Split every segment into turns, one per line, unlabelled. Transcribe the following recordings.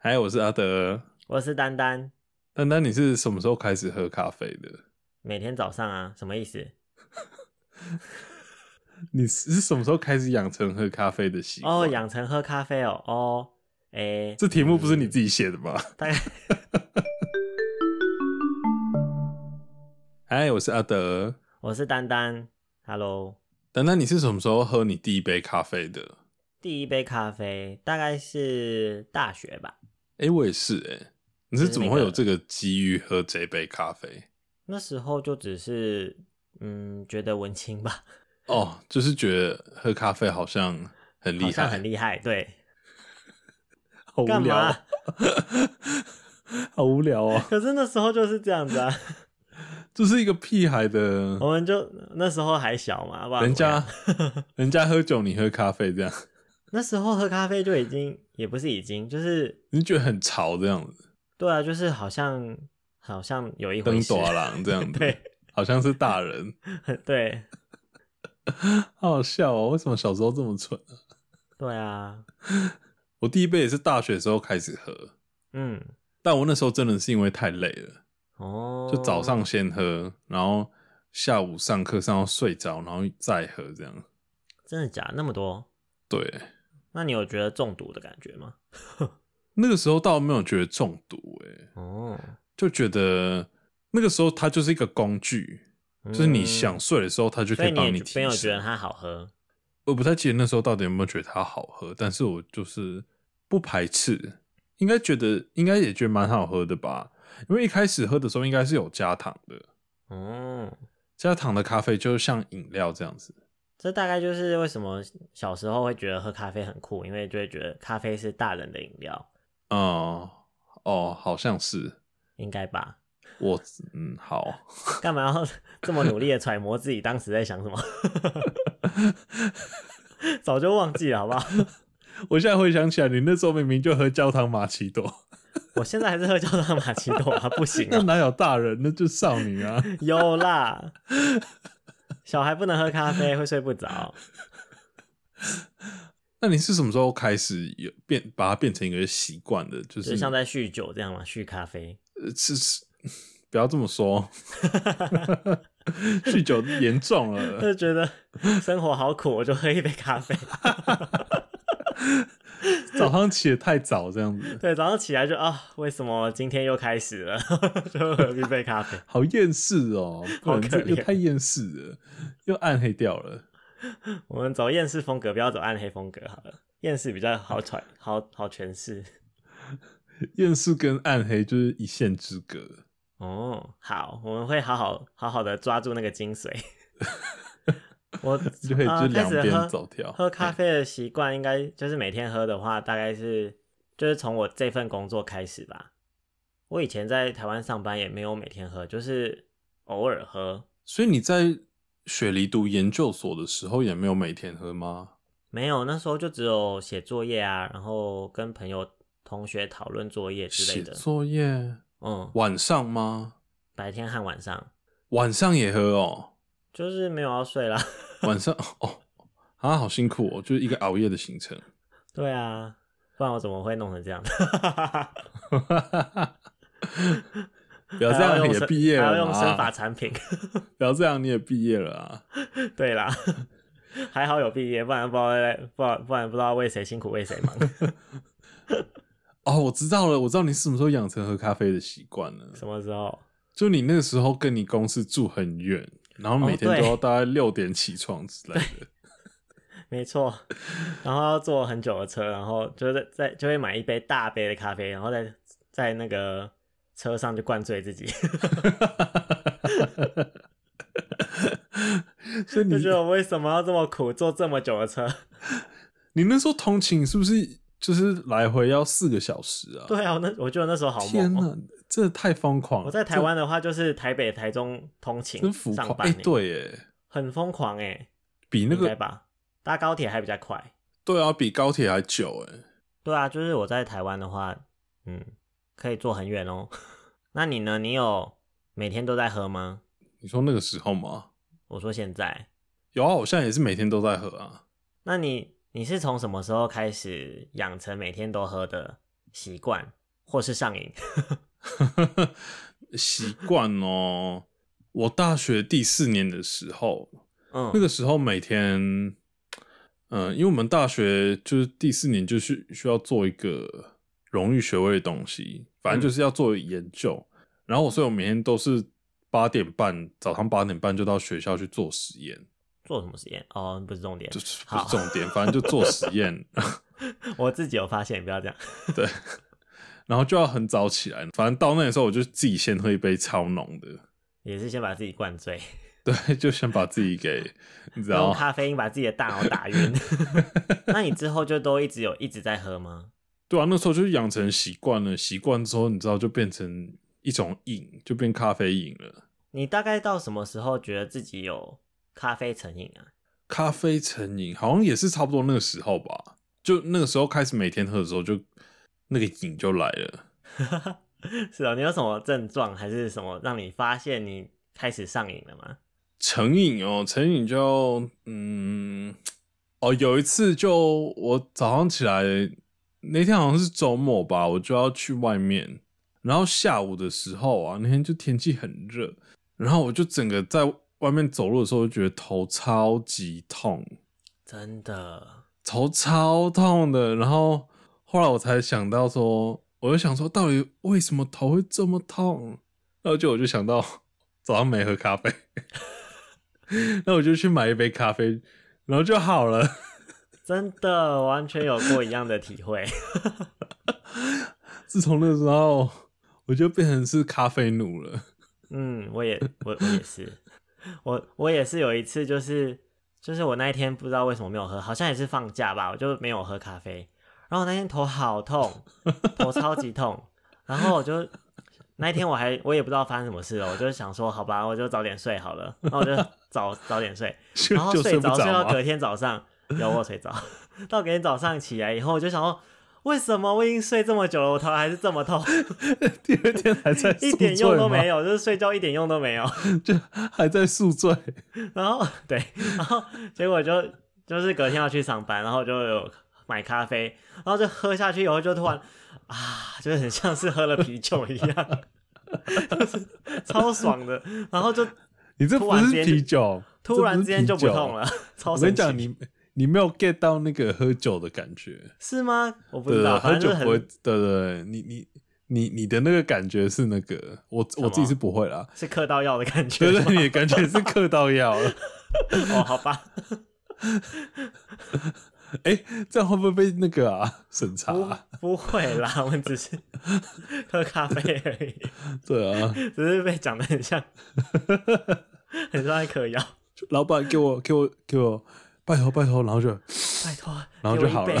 嗨，我是阿德。
我是丹丹，
丹丹，你是什么时候开始喝咖啡的？
每天早上啊，什么意思？
你是什么时候开始养成喝咖啡的习惯？
哦，养成喝咖啡哦，哦，诶，
这题目不是
嗯
你自己写的吗？
大概
嗨，哎我是阿德。
我是丹丹，Hello，
丹丹，你是什么时候喝你第一杯咖啡的？
第一杯咖啡大概是大学吧，
哎、我也是哎、你是
就是
怎么
那
会
个
有这个机遇喝这杯咖啡？
那时候就只是嗯，觉得文青吧，
哦，就是觉得喝咖啡好像很厉
好
害，
像很厉害，对，
好无
干
聊
嘛
啊，？好无聊啊！
可是那时候就是这样子啊，
这是一个屁孩的
我，们就那时候还小嘛，好不好？
人家 人家喝酒，你喝咖啡这样，
那时候喝咖啡就已经也不是已经，就是
你觉得很潮这样子，
对啊，就是好像好像有一回
登
事，
朵郎这样子，
对，
好像是大人，
对
好好笑哦！为什么小时候这么蠢啊、
对啊，
我第一杯也是大学的时候开始喝，
嗯，
但我那时候真的是因为太累了，
哦，
就早上先喝，然后下午上课上到睡着，然后再喝这样。
真的假的那么多？
对，
那你有觉得中毒的感觉吗？
那个时候倒没有觉得中毒、欸，
哦，
就觉得那个时候它就是一个工具，就是你想
嗯，
睡的时候，它就
所
可
以
帮
你也
提
没有觉得
神。
它好喝，
我不太记得那时候到底有没有觉得它好喝，但是我就是不排斥，应该觉得应该也觉得蛮好喝的吧。因为一开始喝的时候应该是有加糖的，
哦，
加糖的咖啡就像饮料这样子。
这大概就是为什么小时候会觉得喝咖啡很酷，因为就会觉得咖啡是大人的饮料，
嗯，哦，好像是
应该吧？
我，嗯，好，
干嘛要 这么努力的揣摩自己当时在想什么？ 早就忘记了，好不好？
我现在回想起来，你那时候明明就喝焦糖玛奇朵，
我现在还是喝焦糖玛奇朵啊，不行
那
啊，
哪有大人，那就是少女啊。
有啦，小孩不能喝咖啡会睡不着。
那你是什么时候开始有变把它变成一个习惯的？就
就是是像在酗酒这样嘛，酗咖啡。
呃是是，不要这么说，酗酒严重了。
就觉得生活好苦，我就喝一杯咖啡。
早上起得太早，这样子
对，早上起来就啊，为什么今天又开始了？ 就喝一杯咖啡。
好厌世哦，不
好
能
可
这又
怜
太厌世了，又暗黑掉了。
我们走厌世风格，不要走暗黑风格好了。厌世比较好揣， 好好诠释。
厌世跟暗黑就是一线之隔。
哦，好，我们会好好好好的抓住那个 精髓。我
就可以
呃
就两
开始
边
喝
走跳
喝咖啡的习惯应该就是每天喝的话，大概是就是从我这份工作开始吧。我以前在台湾上班也没有每天喝，就是偶尔喝，
所以你在雪梨读研究所的时候，也没有每天喝吗？
没有那时候就只有写作业啊，然后跟朋友同学讨论作业之类
写
的。
作业
嗯，
晚上吗？
白天和晚上
晚上也喝哦。
就是没有要 睡啦。
晚上哦啊，好辛苦哦，就是一个熬夜的行程。
对啊，不然我怎么会弄成这样？
不要这样，
还
你
用
也
生
毕业
还要
了
用生法
嘛？
产品。
不要这样，你也毕业了啊！
对啦， 还好有毕业，不然不知道在不然不然不知道为谁辛苦为谁忙。
哦，我知道了，我知道你是什么时候养成喝咖啡的习惯了。
什么时候？
就你那个时候跟你公司住很远，然后每天
哦对
都要大概六点起床之类的。
没错，然后要坐很久的车，然后就在在就会买一杯大杯的咖啡，然后在在那个车上就灌醉自己，
所以你
就觉得我为什么要这么苦，坐这么久的车？
你那时候通勤是不是就是来回要四个小时啊？
对啊，我那我觉得那时候好
天
猛、
哪、
哦。
这太疯狂了！
我在台湾的话，就是台北、台中通
这
勤
真浮
上
夸，
班
哎、
欸、
对，耶，
很疯狂哎、欸，
比那
应该
个
吧？搭高铁还比较快。
对啊，比高铁还久，哎，
对啊，就是我在台湾的话，嗯，可以坐很远哦。 那你呢？你有每天都在喝吗？
你说那个时候吗？
我说现在。
有啊，我现在也是每天都在喝啊。
那你你是从什么时候开始养成每天都喝的习惯或是上瘾。
习惯哦。我大学第四年的时候，
嗯，
那个时候每天，嗯、因为我们大学就是第四年就是需要做一个荣誉学位的东西，反正就是要做研究。然后我所以我每天都是八点半，早上八点半就到学校去做实验，
做什么实验？哦，不是重点
就，是不是
好
重点，反正就做实验。
我自己有发现，不要这样。
对，然后就要很早起来。反正到那个时候，我就自己先喝一杯超浓的，
也是先把自己灌醉，
对，就先把自己给你知
然后
道，
咖啡因把自己的大脑打晕。 那你之后就都一直有一直在喝吗？
对啊，那时候就养成习惯了，习惯之后你知道就变成一种瘾，就变咖啡瘾了。
你大概到什么时候觉得自己有咖啡成瘾啊？
咖啡成瘾好像也是差不多那个时候吧，就那个时候开始每天喝的时候就，那个瘾就来了。
是哦，你有什么症状还是什么让你发现你开始上瘾了吗？
成瘾哦，成瘾就嗯，哦，有一次就我早上起来那天好像是周末吧，我就要去外面，然后下午的时候啊，那天就天气很热，然后我就整个在外面走路的时候，就觉得头超级痛，
真的，
头超痛的，然后后来我才想到说，我就想说，到底为什么头会这么痛？然后就我就想到早上没喝咖啡， 那我就去买一杯咖啡，然后就好了。
真的完全有过一样的体会。
自从那时候，我就变成是咖啡奴了。
嗯，我也我我也是，我我也是有一次就是就是我那一天不知道为什么没有喝，好像也是放假吧，我就没有喝咖啡。然后我那天头好痛，头超级痛。然后我就那一天我还我也不知道发生什么事了，我就想说好吧，我就早点睡好了。然后我就早早点睡，
就
然后
就
睡
睡不
着睡
着
到
嘛
隔，天早上，有我睡着，到隔天早上起来以后，我就想说为什么我已经睡这么久了，我头还是这么痛，
第二天还在
一
宿
点用
醉
都
吗
没，有，就是睡觉一点用都没有。
就还在宿醉。
然后对，然后结果就就是隔天要去上班，然后就有买咖啡，然后就喝下去以后就突然啊，就是很像是喝了啤酒一样，就是超爽的，然后就
你这
突
不
然
是
之间就
啤酒，
突然之间就不痛
了。
了，超
我跟
神
你讲，
奇。
你你没有 get 到那个喝酒的感觉。
是吗？我不
对
知
对，啊
道，
喝
反正
酒
就是
不会，
很
对对对，你你你你的那个感觉是那个，我我
么
自己是不会啦，
是嗑到药的感觉
对
吗。
对，你的感觉 是嗑到药了，
哦，好吧，
哎、这样会不会被那个啊审查
不
啊、
不会啦，我们只是喝咖啡而已，
对啊，
只是被讲的很像， 很像在嗑药。
就老板给我给我给我，拜托拜托，然后就
拜托，
然后
给
就
我一
好了
杯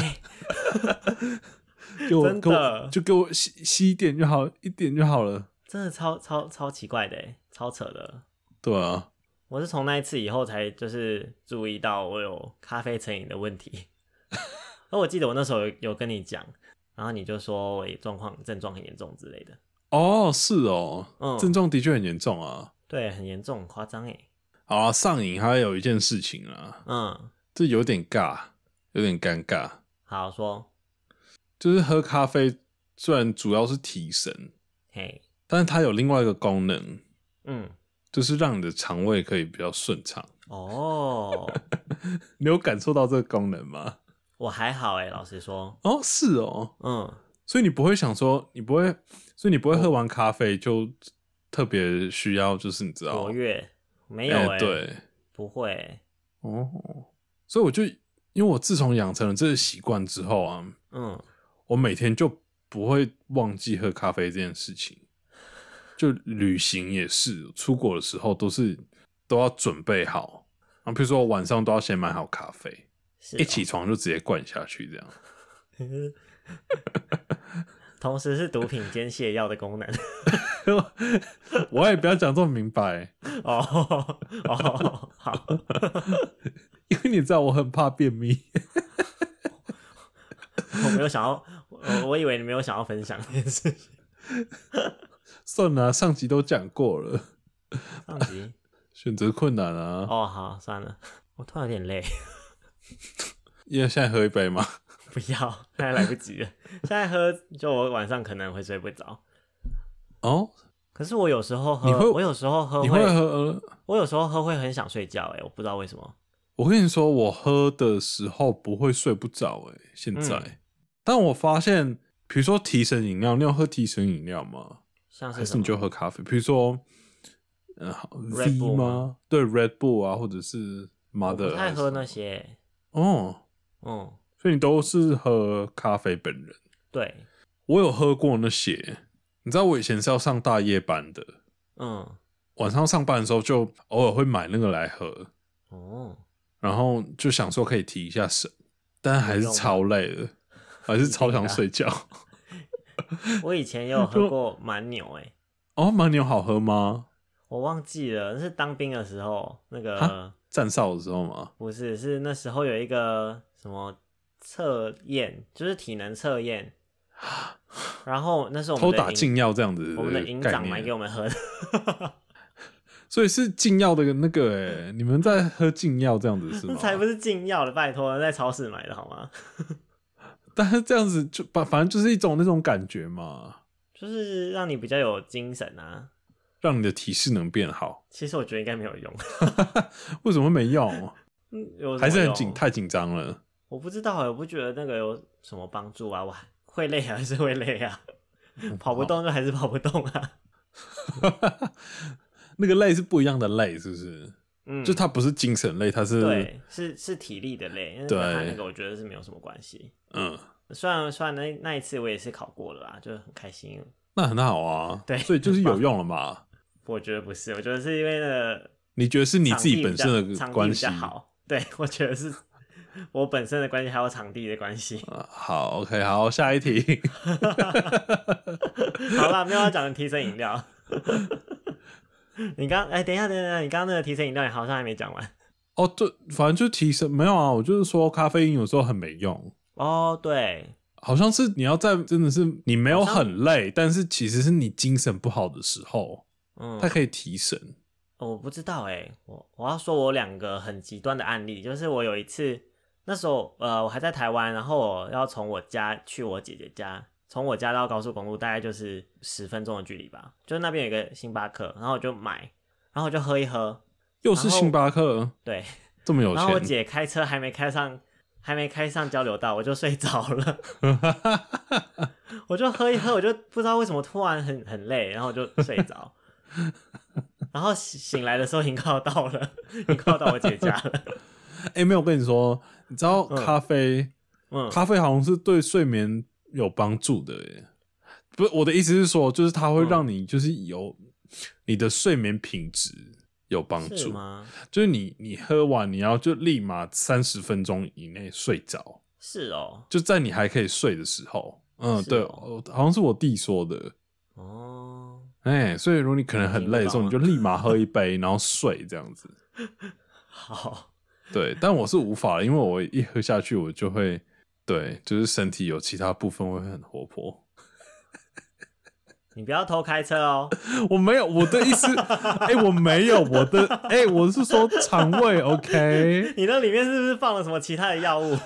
给我
真的
给我就给我吸吸一点就好，一点就好了，
真的超超超奇怪的欸，超扯的。
对啊，
我是从那一次以后才就是注意到我有咖啡成瘾的问题。 而我记得我那时候有有跟你讲，然后你就说我状况症状很严重之类的，
哦是哦，
嗯
症状的确很严重啊。
对，很严重，很夸张哎。
好啊，上瘾还有一件事情啊，
嗯，
这有点尬，有点尴尬。
好说，
就是喝咖啡虽然主要是提神，
嘿，
但是它有另外一个功能，
嗯，
就是让你的肠胃可以比较顺畅。
哦，
你有感受到这个功能吗？
我还好哎，老实说，
哦，是哦，
嗯，
所以你不会想说，你不会，所以你不会喝完咖啡就特别需要，就是你知道
活，跃没有
哦哎
哎，
对，
不会欸，
哦，所以我就因为我自从养成了这个习惯之后啊，
嗯，
我每天就不会忘记喝咖啡这件事情。就旅行也是，出国的时候都是都要准备好，啊，比如说我晚上都要先买好咖啡，
是
一
哦
起床就直接灌下去，这样。
同时是毒品兼泻药的功能。
我也不要讲这么明白，
哦哦，好，
因为你知道我很怕便秘。
我没有想要，我我以为你没有想要分享这件事情。
算了啊、上集都讲过了，
上集
选择困难
哦
啊。
哦，好，算了，我突然有点累，
因为现在喝一杯嘛，
不要，现在来不及了。现在喝就我晚上可能会睡不着，
哦，
可是我有时候喝
你会，
我有时候喝
哦你会喝？呃
我有时候喝会很想睡觉、欸，哎，我不知道为什么。
我跟你说，我喝的时候不会睡不着，哎，现在。
嗯
但我发现，比如说提神饮料，你有喝提神饮料吗？
像
还
是
是
什
你
么？
就喝咖啡？比如说，呃好
Red
，V
Bull
吗？对，Red Bull 啊，或者是
我
Mother
不
还
太
是
喝
什么
那些、欸
哦。
嗯，
所以你都是喝咖啡本人。
对，
我有喝过那些，你知道我以前是要上大夜班的，
嗯，
晚上上班的时候就偶尔会买那个来喝，
哦，
然后就想说可以提一下神，但还是超累的，还 是超
啊
想睡觉。
我以前也有喝过蛮牛、欸，哎，
哦，蛮牛好喝吗？
我忘记了，那是当兵的时候那个
哈站哨的时候吗？
不是，是那时候有一个什么测验，就是体能测验，然后那是我们
偷
的
打
营
禁药这样子
我们的营
概
长买给
念，
我们喝的，
所以是禁药的那个哎、 你们在喝禁药这样子是
那
吗？
才不是禁药的，拜托，在超市买的好吗？
但是这样子就反反正就是一种那种感觉嘛，
就是让你比较有精神啊。
让你的体适能变好。
其实我觉得应该没有用，
为什么没用？
嗯有什么
还是很
用
紧，太紧张了。
我不知道欸，我不觉得那个有什么帮助啊，我还会累啊还是会累啊，
嗯
跑不动就还是跑不动啊。
那个累是不一样的累，是不是？
嗯，
就它不是精神累，它是
对，是是体力的累，那
对
跟他那个我觉得是没有什么关系。
嗯，
虽然虽然那那一次我也是考过了啦，就很开心。
那很好啊。
对
所以就是有用了嘛。
我觉得不是，我觉得是因为那个
你觉得是你
场
自己
地
本
比较
身的
场地
关
比
系
较？好。对，我觉得是我本身的关系，还有场地的关 系。
啊好，OK，好，下一题。
好啦，没有要讲提神饮料。 你刚哎、等一下，等一下，你刚刚那个提神饮料，你好像还没讲完。
哦，对，反正就提神没有啊。我就是说，咖啡因有时候很没用，
哦，对，
好像是你要在真的是你没有
好像
很累，但是其实是你精神不好的时候，
嗯
它，可以提神。
哦我不知道哎、我我要说我两个很极端的案例，就是我有一次那时候呃我还在台湾，然后我要从我家去我姐姐家，从我家到高速公路大概就是十分钟的距离吧，就是那边有一个星巴克，然后我就买，然后我就喝一喝，
又是
然后
星巴克，
对，
这么有
然后我
钱，
姐开车还没开上，还没开上交流道，我就睡着了。 我就喝一喝，我就不知道为什么突然很很累，然后我就睡着。然后醒醒来的时候，已经快要到了，已经快要到我姐家了。
哎、没有我跟你说，你知道咖啡、
嗯，
咖啡好像是对睡眠有帮助的耶。不是我的意思是说，就是它会
嗯
让你就是有你的睡眠品质有帮
是
助，
吗？
就是你你喝完你要就立马三十分钟以内睡着，
是哦，
就在你还可以睡的时候。嗯，
是
对，
哦
好像是我弟说的。
哦，
哎、所以如果你可能很累的时候，
听
你就
不到
立马喝一杯，然后睡这样 子。
好，
对，但我是无法的，因为我一喝下去，我就会对，就是身体有其他部分会很活泼。
你不要偷开车哦。
我没有，我的意思，哎、我没有，我的，哎、我是说肠胃，OK，
你那里面是不是放了什么其他的药物？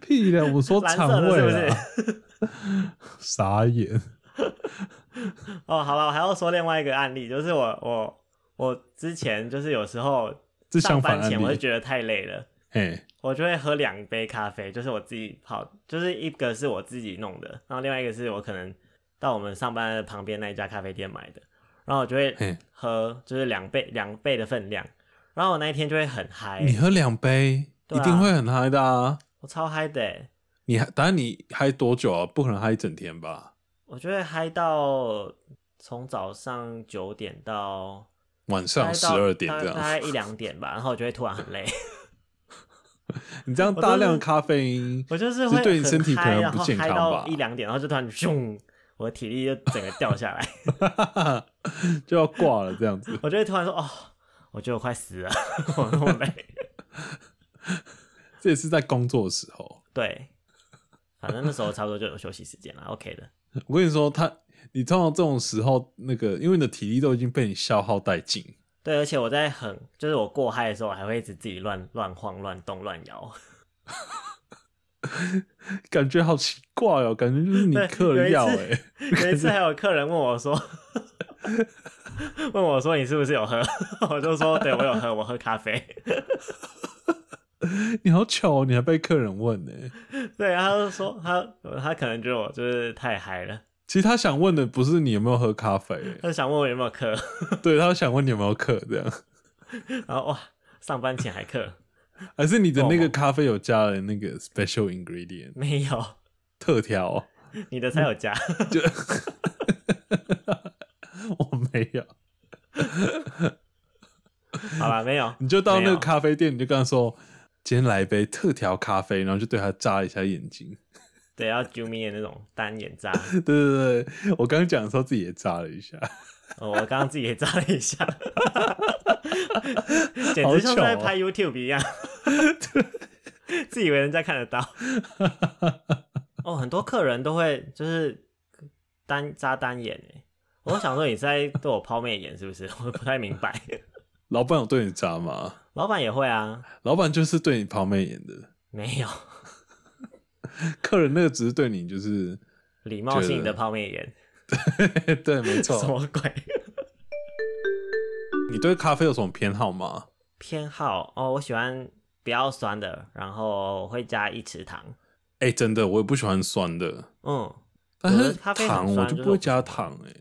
屁的，我说
蓝
肠
色的
胃啊
是 不
啦
是？
傻眼，
哦，好了，我还要说另外一个案例，就是我我我之前就是有时候
这
上
相反
班
案
前我就
例，
觉得太累了，
哎、
我就会喝两杯咖啡，就是我自己泡，就是一个是我自己弄的，然后另外一个是我可能到我们上班的旁边那一家咖啡店买的，然后我就
嘿
会喝，就是两倍两倍的分量，然后我那一天就会很嗨、
你喝两杯、
对
一
啊
定会很嗨的啊！
我超嗨的欸，
你还，当然你嗨多久啊？不可能嗨一整天吧？
我就会嗨到从早上九点到
晚
嗨
上十
到
二点
大
这
大
样，
概一两点吧，然后我就会突 然很累，
你这样
我真
大
的
量
是
咖啡因，
我就是会
这对你身体可
很嗨
能
然
不
后
健
嗨
康吧
到一两点，然后就突然 咻，我的体力就整个掉下来。
就要挂了这样子。
我就会突然说：“哦，我觉得我快死了，我那么累。
这也是在工作的时候。”
对，反正那时候差不多就有休息时间了，OK 的。
我跟你说，他你通常这种时候，那个因为你的体力都已经被你消耗殆尽，
对，而且我在很就是我过嗨的时候，我还会一直自己乱乱晃、乱动、乱摇。
感觉好奇怪哦，感觉就是你
对
嗑了药
有
哎、
一次有一次还有客人问我说， 问我说你是不是有喝？ 我就说对我有喝，我喝咖啡。
你好巧哦，你还被客人问呢、
对，他就说他他可能觉得我就是太嗨了，
其实他想问的不是你有没有喝咖啡、欸
他就想问我有没有课，
对他想问你有没有嗑这样，
然后哇，上班前还课
还是你的那个
哦
咖啡有加了那个 special ingredient
没有，
特调哦、
你的才有加。
就我没有，
好啦，没有，
你就到那
没
个
有
咖啡店，你就跟他说今天来一杯特调咖啡，然后就对他眨一下眼睛。
对，要啾咪的那种单眼渣。
对对对，我刚讲的时候自己也眨了一下，
哦我刚刚自己也扎了一下，简
好
直像是在
巧哦
拍 YouTube 一样，自以为人家看得到。哦，很多客人都会就是单扎单眼哎，我都想说你是在对我抛媚眼是不是？我不太明白。
老板有对你眨吗？
老板也会啊，
老板就是对你抛媚眼的，
没有
客人那个只是对你就是，
礼貌
觉
性的
得
抛媚眼，
对，没
什
错。哦
么鬼？
你对咖啡有什么偏好吗？
偏好哦，我喜欢比较酸的，然后我会加一匙糖。
哎、真的，我也不喜欢酸的，
嗯，
但
我
是
的咖啡很
糖
酸
我就
就是
不
我
会
不
加
喜欢
糖、哎，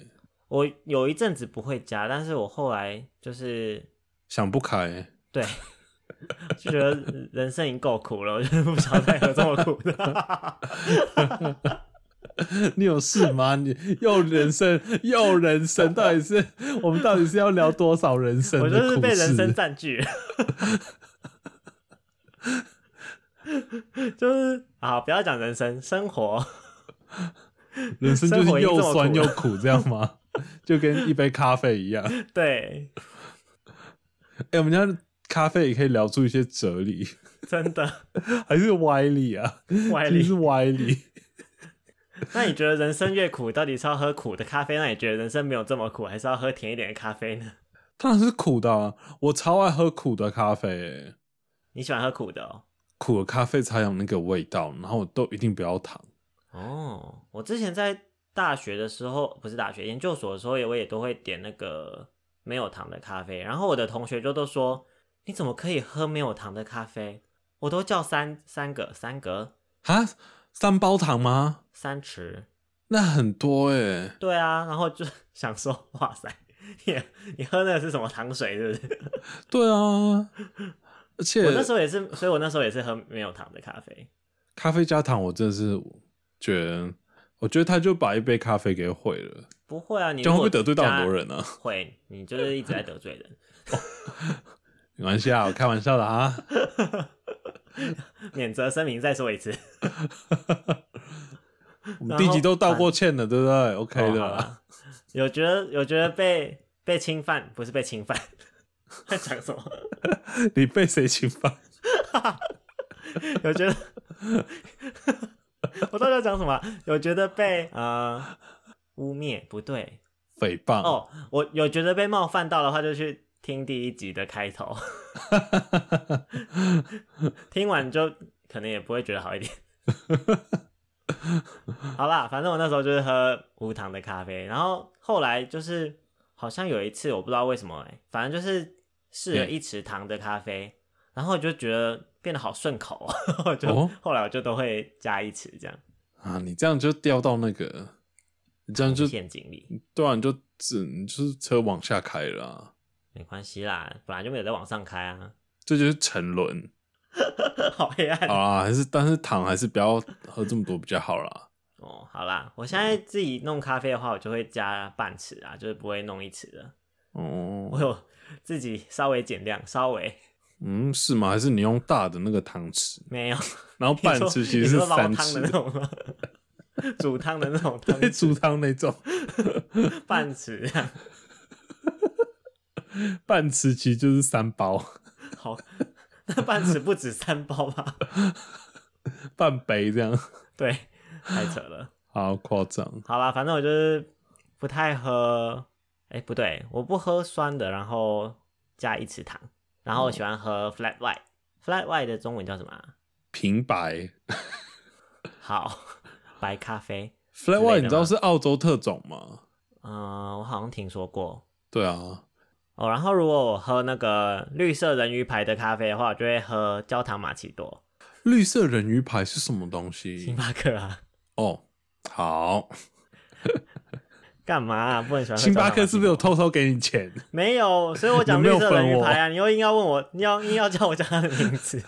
我有一阵子不会加，但是我后来就是
想不开、
对，就觉得人生已经够苦了，我就不想再喝这么苦 的。
你有事吗？你又人生又人生，到底是我们到底是要聊多少人生
我
的
就是
故
被人生
事？
占据，就是啊，不要讲人生，生活
人生就
生活
是
已经
又
这么
酸
苦
又
了
苦，这样吗？ 就跟一杯咖啡一样。哎、
对，
我们家咖啡也可以聊出一些哲 理，
真的
还是歪理啊？
歪
其实是
理。
歪理。
那你觉得人生越苦，到底是要喝苦的咖啡？那你觉得人生没有这么苦，还是要喝甜一点的咖啡呢？
当然是苦的、啊，我超爱喝苦的咖啡、欸，
你喜欢喝苦的哦。
苦的咖啡才有那个味道，然后我都一定不要糖。
哦，我之前在大学的时候，不是大学研究所的时候，也我也都会点那个没有糖的咖啡。然后我的同学就都说：“你怎么可以喝没有糖的咖啡？”我都叫三三个三格
哈，三包糖吗？
三匙。
那很多哎、
对啊，然后就 想说：“哇塞，你你喝那个是什么糖水？是 不是
对啊，而？”
我那
且
时候也是，所以我那时候也是喝没有糖的咖啡。
咖啡加糖，我真的是觉得，我觉得他就把一杯咖啡给毁了，
不会啊，你
这样
如
会不会
果
得罪到
加
很多？人呢、啊？
会，你就是一直在得罪人。
没关系啊，我开玩笑的啊。
免责声明再说一次。
我们第一集都道过歉了，对不对？OK 的
哦好
啦。
啦有觉得有觉得被被侵犯，不是被侵犯，在讲什么？
你被谁侵犯？
有觉得， 我到底要讲什么啊？有觉得被呃污蔑不对
诽谤。
哦，我有觉得被冒犯到的话，就去听第一集的开头，听完就可能也不会觉得好 一点。好啦，反正我那时候就是喝无糖的咖啡，然后后来就是好像有一次我不知道为什么、欸，反正就是试了
嗯
一匙糖的咖啡，然后我就觉得变得好顺口、哦， 我就、
哦
后来我就都会加一匙这样，
啊，你这样就掉到那个，你这样就
陷阱里
对啊，你就只你就是车往下开了啊、
没关系啦，本来就没有在往上开啊，
这就是沉沦
好黑暗
好啦，还是但是糖还是不要喝这么多比较好啦。
哦，好啦，我现在自己弄咖啡的话，我就会加半匙啊，就是不会弄一匙的。我
哦，
有自己稍微减量，稍微
嗯，是吗？还是你用大的那个汤匙，
没有。
然后
你
半
说
匙其
你
实是
说捞
三
汤的那
匙，
种吗？ 煮汤的那种汤
对，煮汤那种，
半匙这样，
半匙其实就是三包
好，那半匙不止三包吧？
半杯这样，
对，太扯了。
好夸张。
好啦，反正我就是不太喝，哎、不对，我不喝酸的，然后加一匙糖，然后我喜欢喝 flat white。flat white 的中文叫什么啊、
平白
好， 白咖啡。
Flat
类
White
的
你知道
吗
是澳洲特种吗？
嗯、我好像听说过
对啊，
哦。然后如果我喝那个绿色人鱼牌的咖啡的话，我就会喝焦糖玛奇朵，
绿色人鱼牌是什么东西
星？巴克啊。
哦，好，
干嘛啊、不很喜欢喝
星巴
焦糖玛
克
奇
是不是
朵
有偷偷给你钱？
没有，所以我讲
你没
绿
有
色人
粉
鱼
我
牌啊，你又硬要问我，你要硬要叫我叫他的名字。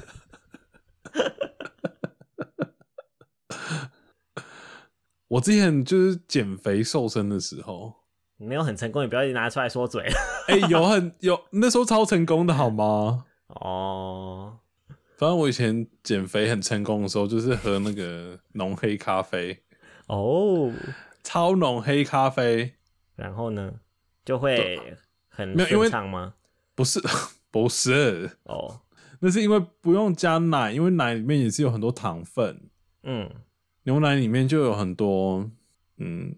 我之前就是减肥瘦身的时候，
你没有很成功，你不要一直拿出来说嘴
哎、有很有那时候超成功的好吗？
哦。
反正我以前减肥很成功的时候，就是喝那个浓黑咖啡，
哦，
超浓黑咖啡，
然后呢，就会很
没有因为
顺畅吗？
不是不是，
哦，
那是因为不用加奶，因为奶里面也是有很多糖分，
嗯
牛奶里面就有很多嗯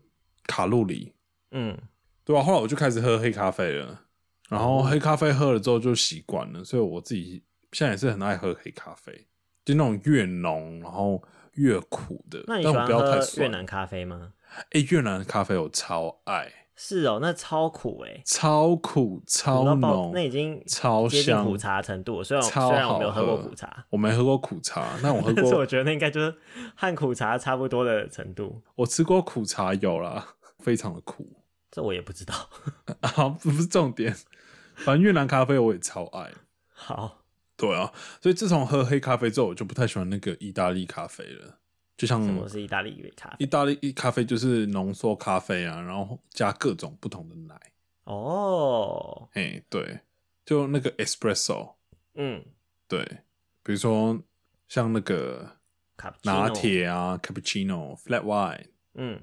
卡路里，
嗯，
对啊，后来我就开始喝黑咖啡了，然
哦
后黑咖啡喝了之后就习惯了，所以我自己现在也是很爱喝黑咖啡，就那种越浓然后越苦的，
那你
但
喜
我
欢
不要
喝
太
越
酸。
南咖啡吗？
哎、越南咖啡我超爱，
是哦，那超苦哎、
超苦超
苦到爆
浓，，
那已经
超
接近
香，
苦茶程度了。虽然我
超
虽然我
好
没有喝
喝
过苦茶，，
我没喝过苦茶，但我喝
但 是我
过，
觉得那应该就是和苦茶差不多的程度。
我吃过苦茶有啦，非常的苦。
这我也不知道。
啊，不是重点，反正越南咖啡我也超爱。
好，
对啊，所以自从喝黑咖啡之后，我就不太喜欢那个意大利咖啡了。就像
什么是意大利咖啡？
意大利咖啡就是浓缩咖啡啊，然后加各种不同的奶。
哦，
哎、对，就那个 espresso，
嗯，
对，比如说像那个
卡布奇诺
拿，铁啊、cappuccino、flat white。
嗯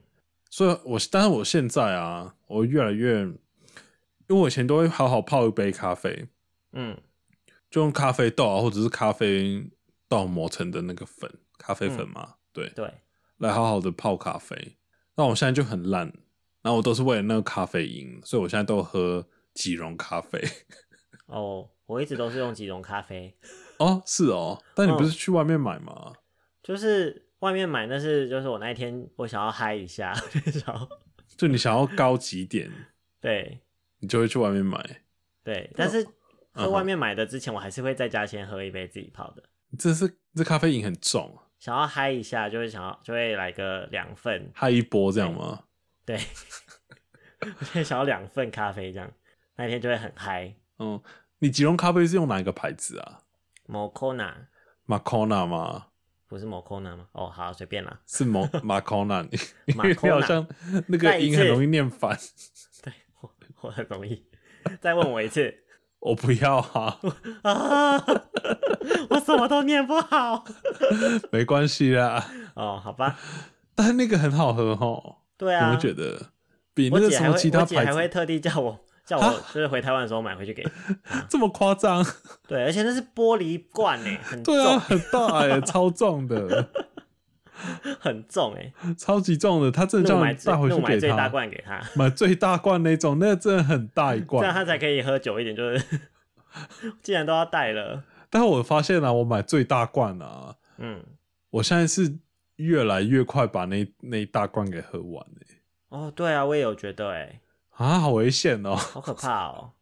所以我但是我现在啊，我越来越，因为我以前都会好好泡一杯咖啡，
嗯
就用咖啡豆啊，或者是咖啡豆磨成的那个粉，咖啡粉嘛，对，
对，
来好好的泡咖啡。那我现在就很烂，然后我都是为了那个咖啡因，所以我现在都喝即溶咖啡。
哦，我一直都是用即溶咖啡，
哦，是哦，但你
嗯
不是去外面买吗？
就是外面买，但是就是我那一天我想要嗨一下， 就想要
就你想要高级点，
对
你就会去外面买。
对，但是
嗯
喝外
哼
面买的之前，我还是会在家先喝一杯自己泡的，
这是这咖啡因很重，
想要嗨一下，就会想要就会来个两份，
嗨一波这样吗？
对，就会想要两份咖啡这样，那一天就会很嗨。
嗯，你即溶咖啡是用哪一个牌子啊
Mocona
？Macona 吗？
不是 Mocona 吗？哦，好，随便啦。
是蒙 Macona，你 因
Marcona
为你好像那个音很容易念反。
对我我很容易，再问我一次。
我不要啊，
啊， 我什么都念不好。
没关系啦。
哦，好吧，
但那个很好喝哦，
对
你
啊，
们觉得比
我
那个
姐
什
还
么
会，
其
我
他
姐
牌
还会
子
特地叫我叫我就是回台湾的时候买回去给你。
这么夸 张？
对，而且那是玻璃罐诶，很重
对啊，很大 哎、超重的，
很重诶。
超级重的。他真的
那
叫
我买
你
最
带回
那
去
我买
给
最大
他，
罐给他，
买最大罐那种，那个真的很大 一
这样
罐。
他才可以喝久一点。就是 既然都要带了，
但我发现啊，我买最大罐啊，
嗯，
我现在是越来越快把那那一大罐给喝完哎、
哦，对啊，我也有觉得诶，
啊，好危险哦、
好可怕哦。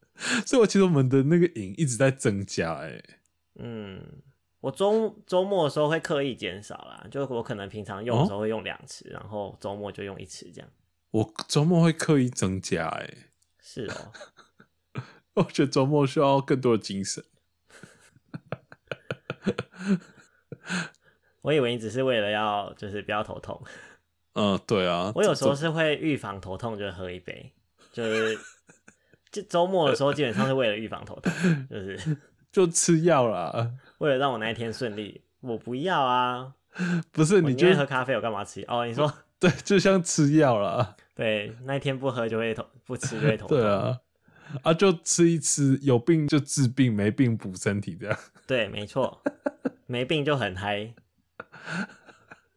所以我其实我们的那个瘾一直在增加、欸，哎，
嗯，我周周末的时候会刻意减少啦，就我可能平常用的时候会用两次，然后周末就用一次这样。
我周末会刻意增加、欸， 哎，
是 哦，
我觉得周末需要更多的精神。
我以为你只是为了要就是不要头 痛。
嗯，对啊，
我有时候
这
是会预防头痛，就喝一杯，就是就周末的时候基本上是为了预防头痛，就是
就吃药啦，
为了让我那一天顺利。我不要啊，
不是
我
你
宁
就
愿喝咖啡，我干嘛吃？哦，你说
对，就像吃药啦，
对，那一天不喝就会头，不吃就会头痛。
对啊，啊就吃一吃，有病就治病，没病补身体这样，
对，没错，没病就很嗨，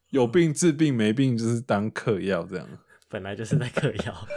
有病治病，没病就是当嗑药这样。
本 来就是在嗑药。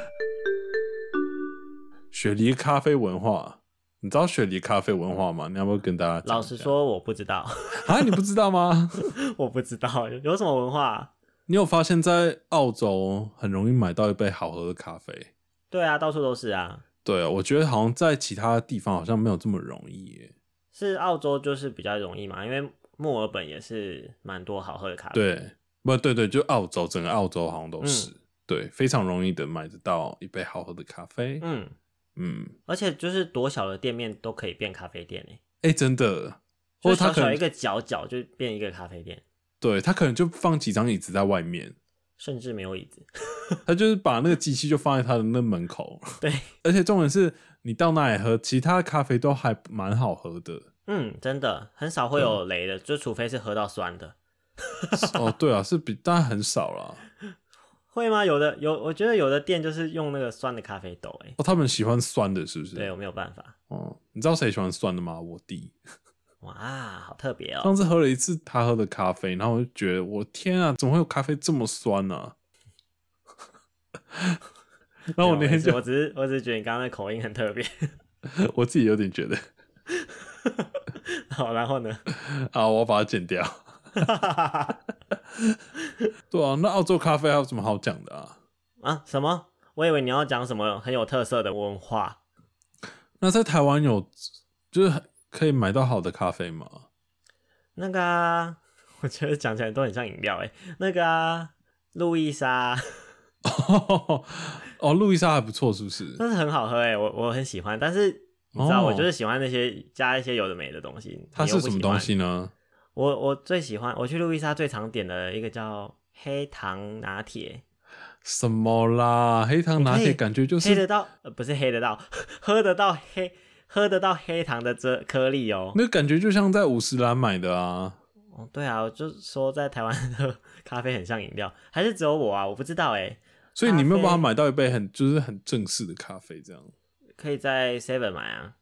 雪梨咖啡文化，你知道雪梨咖啡文化吗？你要不要跟大家讲一下
老实说，我不知道，
啊，你不知道吗？
我不知道有有什么文化。
你有发现，在澳洲很容易买到一杯好喝的咖啡？
对啊，到处都是啊。
对，我觉得好像在其他地方好像没有这么容易耶。
是澳洲就是比较容易嘛，因为墨尔本也是蛮多好喝的咖啡。，
对，不对，对，就澳洲，整个澳洲好像都是、
嗯
对，非常容易的买得到一杯好喝的咖啡。
嗯，
嗯，
而且就是多小的店面都可以变咖啡店诶、
哎、真的，或
就
者他
小
可
小
能
一个角角就变一个咖啡店，
对他可能就放几张椅子在外面，
甚至没有椅子。
他就是把那个机器就放在他的那门口。
对，
而且重点是你到那里喝，其他的咖啡都还蛮好喝的。
嗯，真的很少会有雷的，就除非是喝到酸的。
哦，对啊，是比当然很少啦。
会吗？有的有，我觉得有的店就是用那个酸的咖啡豆、欸，
哦，他们喜欢酸的，是不是？
对我没有办法。
哦，你知道谁喜欢酸的吗？我弟
哇，好特别哦、
上次喝了一次他喝的咖啡，然后我就觉得我天啊，怎么会有咖啡这么酸呢、 啊？然后我那
没有没
天
事
就
我只是我只是觉得你刚刚的口音很特别。
我自己有点觉得
好，然后呢？
啊，我要把它剪掉。对啊，那澳洲咖啡还有什么好讲的啊？
啊，什么？我以为你要讲什么很有特色的文化。
那在台湾有就是可以买到好的咖啡吗？
那个啊，我觉得讲起来都很像饮料哎、欸。那个啊，路易莎，
哦，路易莎还不错，是不是？哦
但是很好喝哎、欸，我我很喜欢。但是你知道，我就是喜欢那些加一些有的没的东西。
它
你又
是
不
什么
喜
东
欢？
西呢？
我我最喜欢，我去路易莎最常点的一个叫黑糖拿铁，
什么啦？黑糖拿
你可
铁
以
感觉就
黑得
是
到呃不是黑得到， 喝得到黑喝得到黑糖的这颗粒哦。
那感觉就像在五十兰买的啊。
哦，对啊，我就说在台湾 喝咖啡很像饮料，还是只有我啊？我不知道哎、
所以你没有
咖啡
办法买到一杯很就是很正式的咖啡这样。
可以在 Seven 买啊。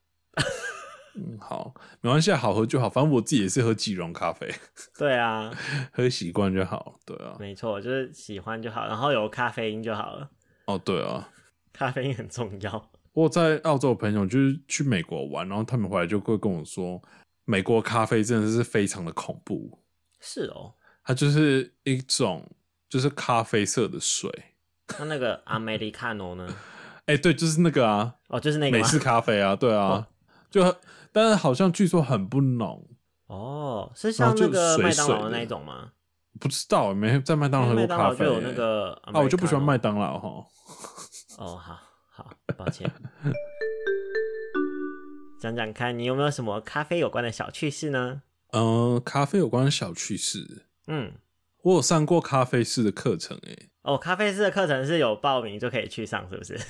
嗯，好，没关系啊，好喝就好。反正我自己也是喝即溶咖啡，
对啊，
喝习惯就好。对啊，
没错，就是喜欢就好，然后有咖啡因就好了，
哦对啊，
咖啡因很重要。
我在澳洲的朋友就是去美国玩，然后他们回来就会跟我说，美国咖啡真的是非常的恐怖，
是哦，
它就是一种就是咖啡色的水。
那那个 Americano 呢？
哎、对，就是那个啊，
哦，就是那个
美
吗
式咖啡啊，对啊
哦，
就很但是好像据说很不浓，
哦，是
然
像
后就
那个
水
麦当劳
水
的
的
那一种吗？
不知道没在麦当劳
因
喝
为
过
麦当
咖
劳就
啡、
有那个
啊，我就不喜欢
Americano
麦当劳哈。
哦，好好，抱歉。讲讲看，你有没有什么咖啡有关的小趣事呢？
嗯、咖啡有关的小趣事，
嗯，
我有上过咖啡师的课程欸诶、
哦，咖啡师的课程是有报名就可以去上，是不是？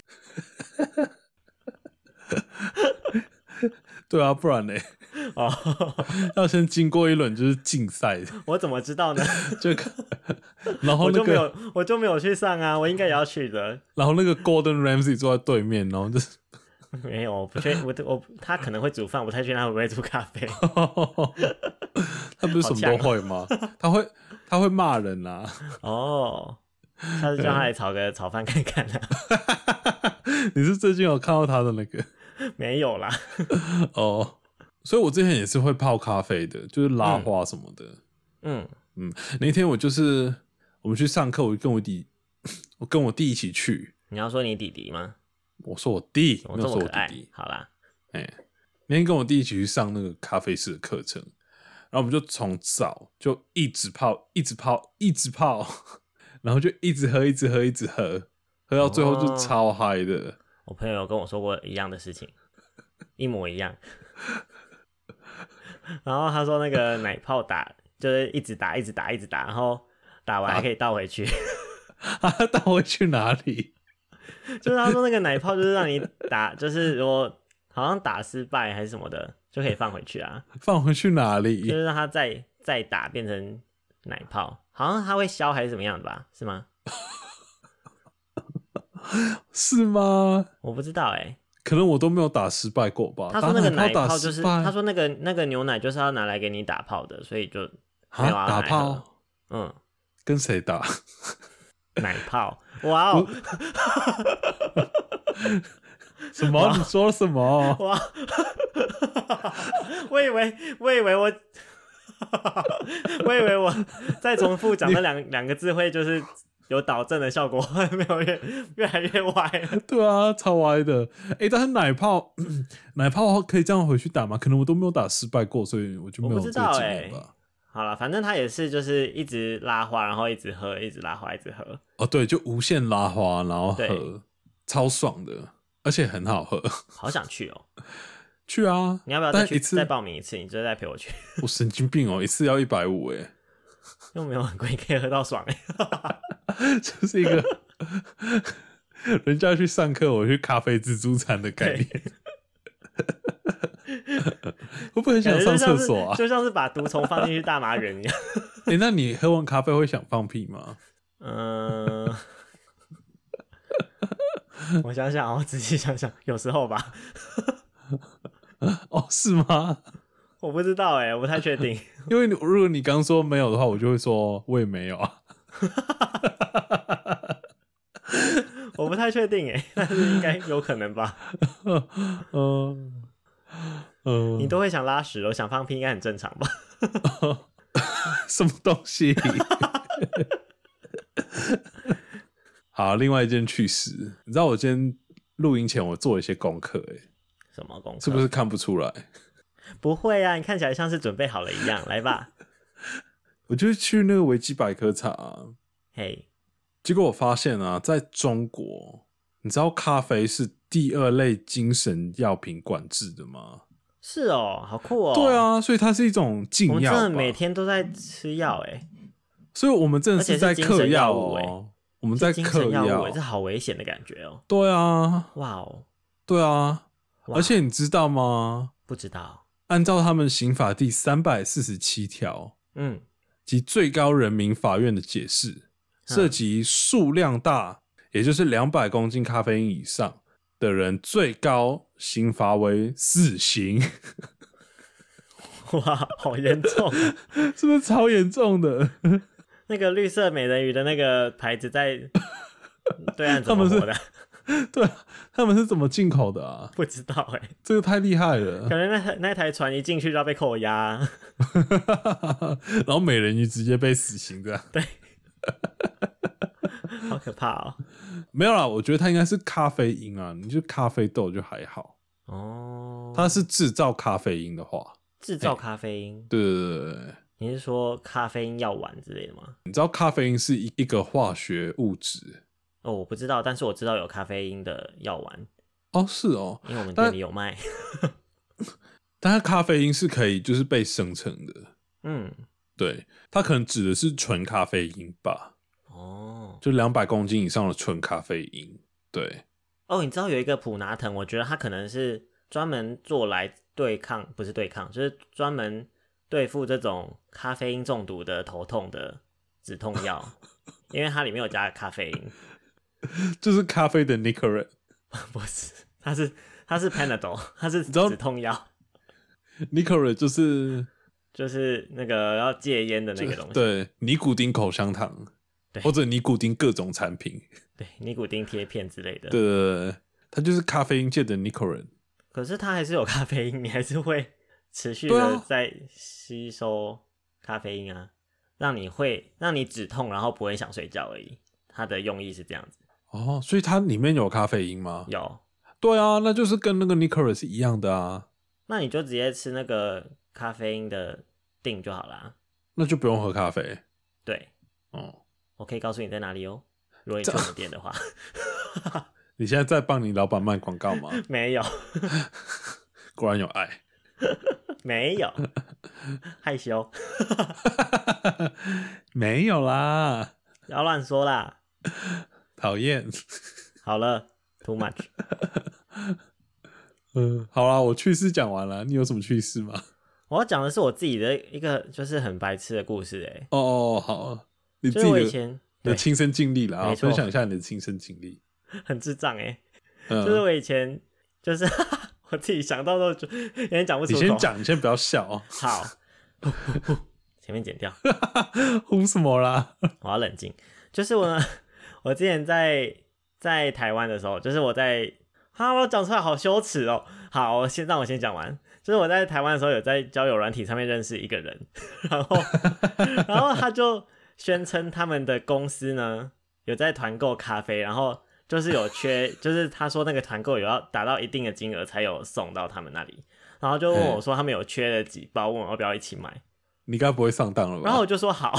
对啊，不然呢、
哦，
要先经过一轮就是竞赛，
我怎么知道呢？
就然后
我
那
就没
个
有，我就没有去上啊，我应该也要去的。
然后那个 Golden Ramsey 坐在对面，然后就是。
没有，我不确，我我他可能会煮饭，我不太确定他会不会煮咖啡。
他不是什
啊
么都会 吗？他会他会骂人啊！
哦，下次叫他来炒个炒饭看看啊。
你是最近有看到他的那个？
没有啦，
哦，所以我之前也是会泡咖啡的，就是拉花什么的。
嗯，
那天我就是我们去上课，我就跟我弟， 我跟我弟一起去。
你要说你弟弟吗？
我说我弟，
我
没
这
有说我
么可
弟
爱
弟。，
好啦，
哎、那天跟我弟一起去上那个咖啡师的课程，然后我们就从早就一直泡，一直泡，一直泡，然后就一直喝，一直喝，一直喝，喝到最后就
哦
超嗨的。
我朋友有跟我说过一样的事情，一模一样。 然后他说那个奶泡打就是一直打，一直打，一直打，然后打完还可以倒回去。
啊，带我去哪里？
就是他说那个奶泡就是让你打，就是如果好像打失败还是什么的，就可以放回去啊，
放回去哪
就
里？
是让它再再打变成奶泡，好像它会消还是怎么样的吧？是吗？
是吗？
我不知道哎、欸。
可能我都没有打失败过吧。
他说那个
打
奶
打
泡
失
就是，
败
他说那个那个牛奶就是要拿来给你打泡的，所以就没有
啊
要
打
奶喝
炮
嗯。
跟谁打？
奶泡，哇哦！
什么？你说什么？
哇！ 我以为，我以为我， 我以为我再重复讲那两两个字会就是有导正的效果，没有越越来越歪了。
对啊，超歪的。哎、但是奶泡 奶泡可以这样回去打吗？可能我都没有打失败过，所以我就没有
我不
这
知
个
道
经验
欸
吧。
好了，反正他也是就是一直拉花，然后一直喝，一直拉花，一直喝。
哦，对，就无限拉花，然后
对
喝，超爽的，而且很好喝。
好想去哦！
去啊！
你要不要再
但
去
一次
再报名一次？你就再陪我去，
我神经病哦，一次要一百五哎，
又没有很贵，可以喝到爽哎、
就是一个 人家去上课，我去咖啡自助餐的概念。 会不会很想
感觉
上
就
厕
像是
所啊？
就像是把毒虫放进去大麻园一样。
哎、那你喝完咖啡会想放屁吗？
嗯， 我想想啊，我仔细想想，有时候吧，
哦，是吗？
我不知道哎、我不太确定。
因为你如果你刚说没有的话，我就会说我也没有啊。
我不太确定哎、 但是应该有可能吧。
嗯嗯，
你都会想拉屎了，我想放屁应该很正常吧？
什么东西？ 好，另外一件趣事，你知道我今天录音前我做了一些功课，哎，
什么功课？
是不是看不出来？
不会啊？你看起来像是准备好了一样，来吧。
我就去那个维基百科查、
嘿、
结果我发现啊，在中国，你知道咖啡是第二类精神药品管制的吗？
是哦，好酷哦。
对，啊，所以它是一种禁
我们真
药吧，
的每天都在吃药哎、
所以我们真的
而且
在
是精神
嗑
药物
哦、
欸
我们
是
在
精
嗑
神药物欸，这好危险的感觉哦。
对啊，
哇哦，
对啊，
哇
而且你知道吗？
不知道，
按照他们刑法第三百四十七条
嗯，
及最高人民法院的解释，
嗯
涉及数量大，也就是两百公斤咖啡因以上的人，最高刑罚为死刑，
哇，好严重哦、
是不是超严重的？
那个绿色美人鱼的那个牌 子在对岸怎么
他们是
活的？
对啊，他们是怎么进口的啊？
不知道哎、
这个太厉害了
可，能那台那台船一进去就要被扣押。
然后美人鱼直接被死刑这样。
好可怕哦！
没有啦，我觉得它应该是咖啡因啊，你就咖啡豆就还好，
哦，
它是制造咖啡因的话，
制造咖啡因，
对对对对对。
你是说咖啡因药丸之类的吗？
你知道咖啡因是一一个化学物质
哦，我不知道，但是我知道有咖啡因的药丸，
哦，是哦，
因为我们
但
店里有卖。
但它咖啡因是可以就是被生成的，
嗯，
对，它可能指的是纯咖啡因吧，
哦，
就两百公斤以上的纯咖啡因，对，
哦，你知道有一个普拿藤，我觉得它可能是专门做来对抗，不是对抗，就是专门对付这种咖啡因中毒的头痛的止痛 药，因为它里面有加咖啡因，
就是咖啡的 n i c o r a
不是，它是它是 Panadol，它是
知道
止痛药。
n i c o r a 就是
就是那个要戒烟的那个东西，
对尼古丁口香糖
对，
或者尼古丁各种产品，
对，尼古丁贴片之类的。
对，对对对，它就是咖啡因界的 n i c o r a
可是它还是有咖啡因，你还是会持续
对
的
啊
在吸收咖啡因啊，让你会让你止痛，然后不会想睡觉而已。它的用意是这样子，
哦，所以它里面有咖啡因吗？
有，
对啊，那就是跟那个 n i c o r a 是一样的啊，
那你就直接吃那个咖啡因的锭就好啦。
那就不用喝咖啡
对，
哦。
我可以告诉你在哪里哦。如果你去我们店 的话，
你现在在帮你老板卖广告吗？
没有，
果然有爱。
没有，害羞，
没有啦，
不要乱说啦。
讨厌。
好了，too much。
嗯，好啦，我趣事讲完了，你有什么趣事吗？
我要讲的是我自己的一个就是很白痴的故事、欸，
哦，好，你
就
自
是
己
我以
的
前
你
对
的亲身经历啦，
没错
分享一下你的亲身经历。
很智障、欸，
嗯，
就是我以前就是 我自己想到都就有点讲不出
你
口。
先讲，你先不要笑 啊，
好， 前面剪掉，
呼什么啦？
我要 冷静。就是我呢，我之前在在台湾的时候，就是我在哈，我讲出来好羞耻哦。好，我先让我先讲完。就是我在台湾的时候，有在交友软体上面认识一个人， 然后然后他就宣称他们的公司呢有在团购咖啡，然后就是有缺，就是他说那个团购有要达到一定的金额才有送到他们那里，然后就问我说他们有缺了几包，问我要不要一起买，
你该不会上当了吧？
然后我就说好，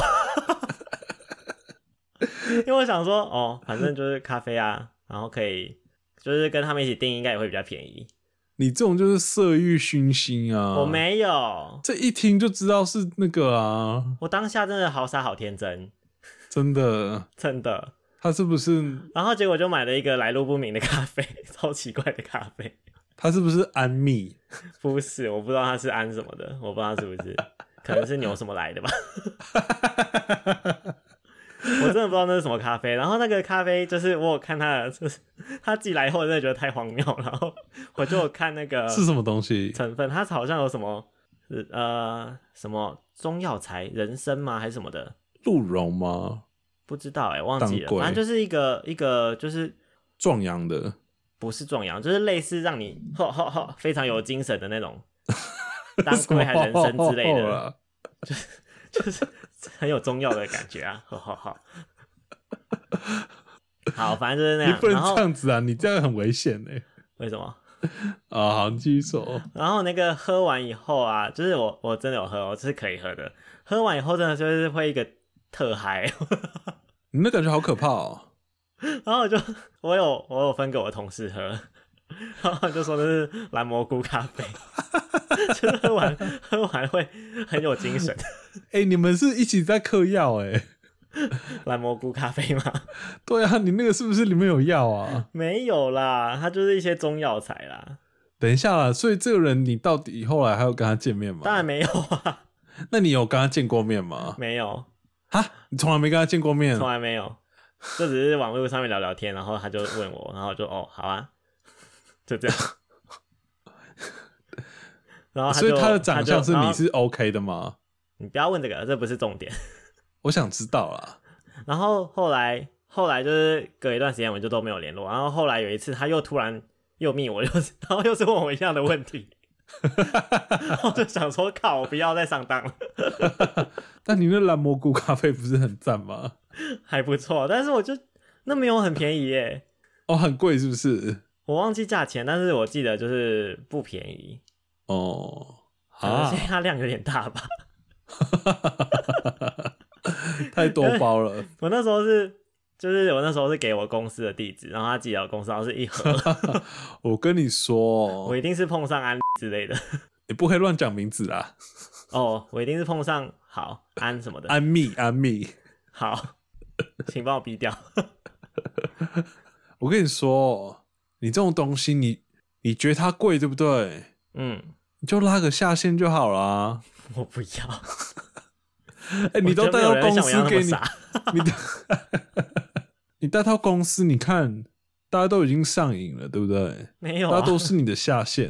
因为我想说哦，反正就是咖啡啊，然后可以就是跟他们一起订，应该也会比较便宜。
你这种就是色欲熏心啊！
我，没有，
这一听就知道是那个啊，
我当下真的好傻好天真，
真的，
真的。
他是不是
然后结果就买了一个来路不明的咖啡， 超奇怪的咖啡。
他是不是安密？
不是，我不知道它是安什么的，我不知道它是不是， 可能是牛什么来的吧。 我真的不知道那是什么咖啡。然后那个咖啡就是我有看他的，就是他寄来以后，我真的觉得太荒谬了。然后我就有看那个
是什么东西？
成分，它好像有什么呃什么中药材、人参吗还是什么的，
鹿茸吗？
不知道哎、忘记了。
当归
反正就是一个一个就是
壮阳的？
不是壮阳，就是类似让你吼吼吼非常有精神的那种当
什么
归还人参 之 类的，啊
啦
就是很有中药的感觉啊， 吼吼吼。好，反正就是那
你
样。
不
然
能
后
这样子啊！你这样很危险哎、
为什么？
啊，好，你继续说。
然后那个喝完以后啊，就是我我真的有喝，我是可以喝的。喝完以后真的就是会一个特嗨，
你那感觉好可怕哦！
然后我就我有我有分给我同事喝，然后他就说那是蓝蘑菇咖啡，就是喝完喝完会很有精神。
哎、你们是一起在嗑药哎？
蓝蘑菇咖啡吗？
对啊，你那个是不是里面有药啊？
没有啦，它就是一些中药材啦，
等一下啦，所以这个人你到底后来还有跟他见面吗？
当然没有啊，
那你有跟他见过面吗？
没有，
哈，你从来没跟他见过面
从？来没有，就只是网络上面聊聊天，然后他就问我，然后我就哦好啊，就 这样。然后
所以
就
他的长相是
他就
你
然后
是 OK 的吗？
你不要问这个，这不是重点。
我想知道啦。
然后后来后来就是隔一段时间我们就都没有联络，然后后来有一次他又突然又密我，又是 然后又是问我一样的 问题，然后我就想说靠，我不要再上当了，
但你那蓝蘑菇咖啡不是很赞吗？
还不错，但是我就那没有很便宜耶，
哦，很贵是不是？
我忘记价钱，但是我记得就是不便宜，
哦，
可能
啊
是，它量有点大吧，
太多包了。
我那时候是。就是我那时候是给我公司的地址，然后他寄到公司，然后是 一盒，
我跟你
我
说，
一定是碰上安之类的
你不可以乱讲名字啦。
哦，我一定是碰上好安什 么的，
安密，安密，
好，请帮我逼掉。
我跟你说，你这种东西你，你觉得它贵对不对？
嗯，
你就拉个下线就好啦。
我不要。
哎、你都带到公司给你，
傻，
你带你带 到公司，你看大家都已经上瘾了，对不对？
没有、
大
啊
家。都是你的下线。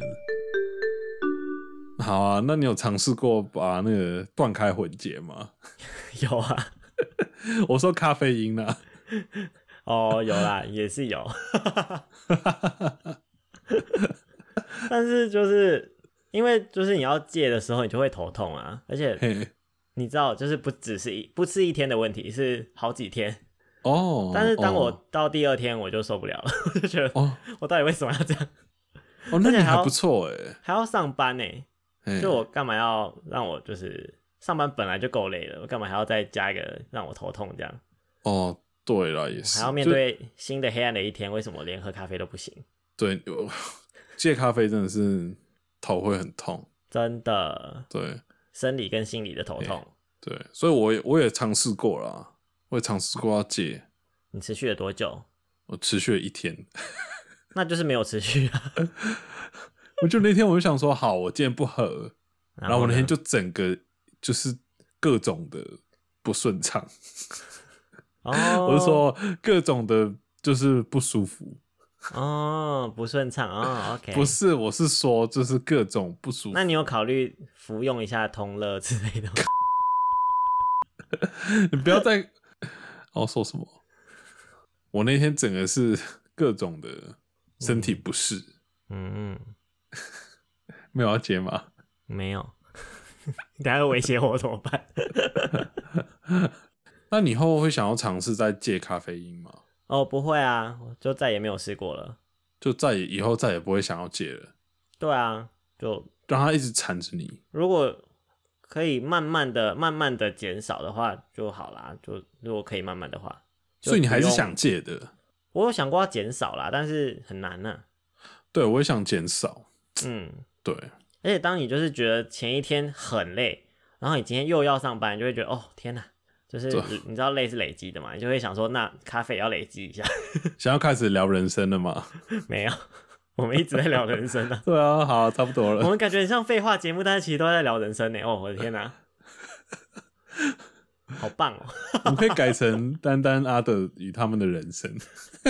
好啊，那你有尝试过把那个断开混结吗？
有啊，
我说咖啡因啊啦、
哦，有啦，也是有。 但是就是因为就是你要戒的时候，你就会头痛啊，而 且
嘿，
你知道，就是不只是一不是一天的问题，是好几天。
哦，
但是当
哦
我到第二天，我就受不了了，我就觉得
哦
我到底为什么要这样？
哦，那
而
你
且还
还
要
不错哎、
还要上班呢、
欸，
就我干嘛要让我就是上班本来就够累了，我干嘛还要再加一个让我头痛这样？
哦，对了，也是
还要面
就
对新的黑暗的一天，为什么连喝咖啡都不行？
对我 戒咖啡真的是头会很痛，
真的，
对
生理跟心理的头痛。
对，所以我也我也尝试过啦，我也尝试过要戒，
你持续了多久？
我持续了一天，
那就是没有持续啊。
我就那天我就想说，好，我今天不喝，
然
然后我那
呢
天就整个就是各种的不顺畅，
哦，
我是说各种的就是不舒服，
哦不顺畅哦。OK，
不是，我是说就是各种不舒服
那。你有考虑服用一下通乐之类的吗？
你不要再哦说什么。我那天整个是各种的身体不适，
嗯
没有要接吗？
嗯，没 有。你等下又威胁我怎么办？
那你以后会想要尝试再戒咖啡因吗？
哦，不会啊，我就再也没有试过了。
就再也以后再也不会想要戒了，
对啊，就
让它一直缠着你。
如果可以慢慢的、慢慢的减少的话就好啦。就如果可以慢慢的话，就
所以你还是
不用
想戒的，
我有想过要减少啦，但是很难呢、啊
对我也想减少，
嗯，
对，
而且当你就是觉得前一天很累，然后你今天又要上班，你就会觉得哦天哪，就是
对
你你知道累是累积的嘛，你就会想说那咖啡也要累积一下。
想要开始聊人生了吗？，
没有， 我们一直在聊人生啊
对啊，好，差不多
我
了。
们感觉很像废话节目，但是其实都在聊人生呢。哦，我的天 哪，好棒哦！
我们可以改成丹丹、阿德与他们的人生。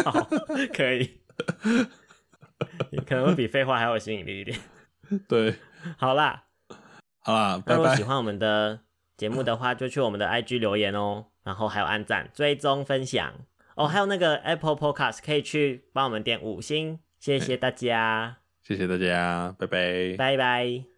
好， 可以，可能会比废话还有吸引力一点。
对，
好啦，
好啦，
那
拜
如果喜
拜。
欢哎我们的节目的话，就去我 们的 IG 留言哦，然后还有按赞、追踪、分享哦，还有那个 Apple Podcast 可以去帮我们点五星，谢谢大家，
谢谢大家，拜拜。
拜拜。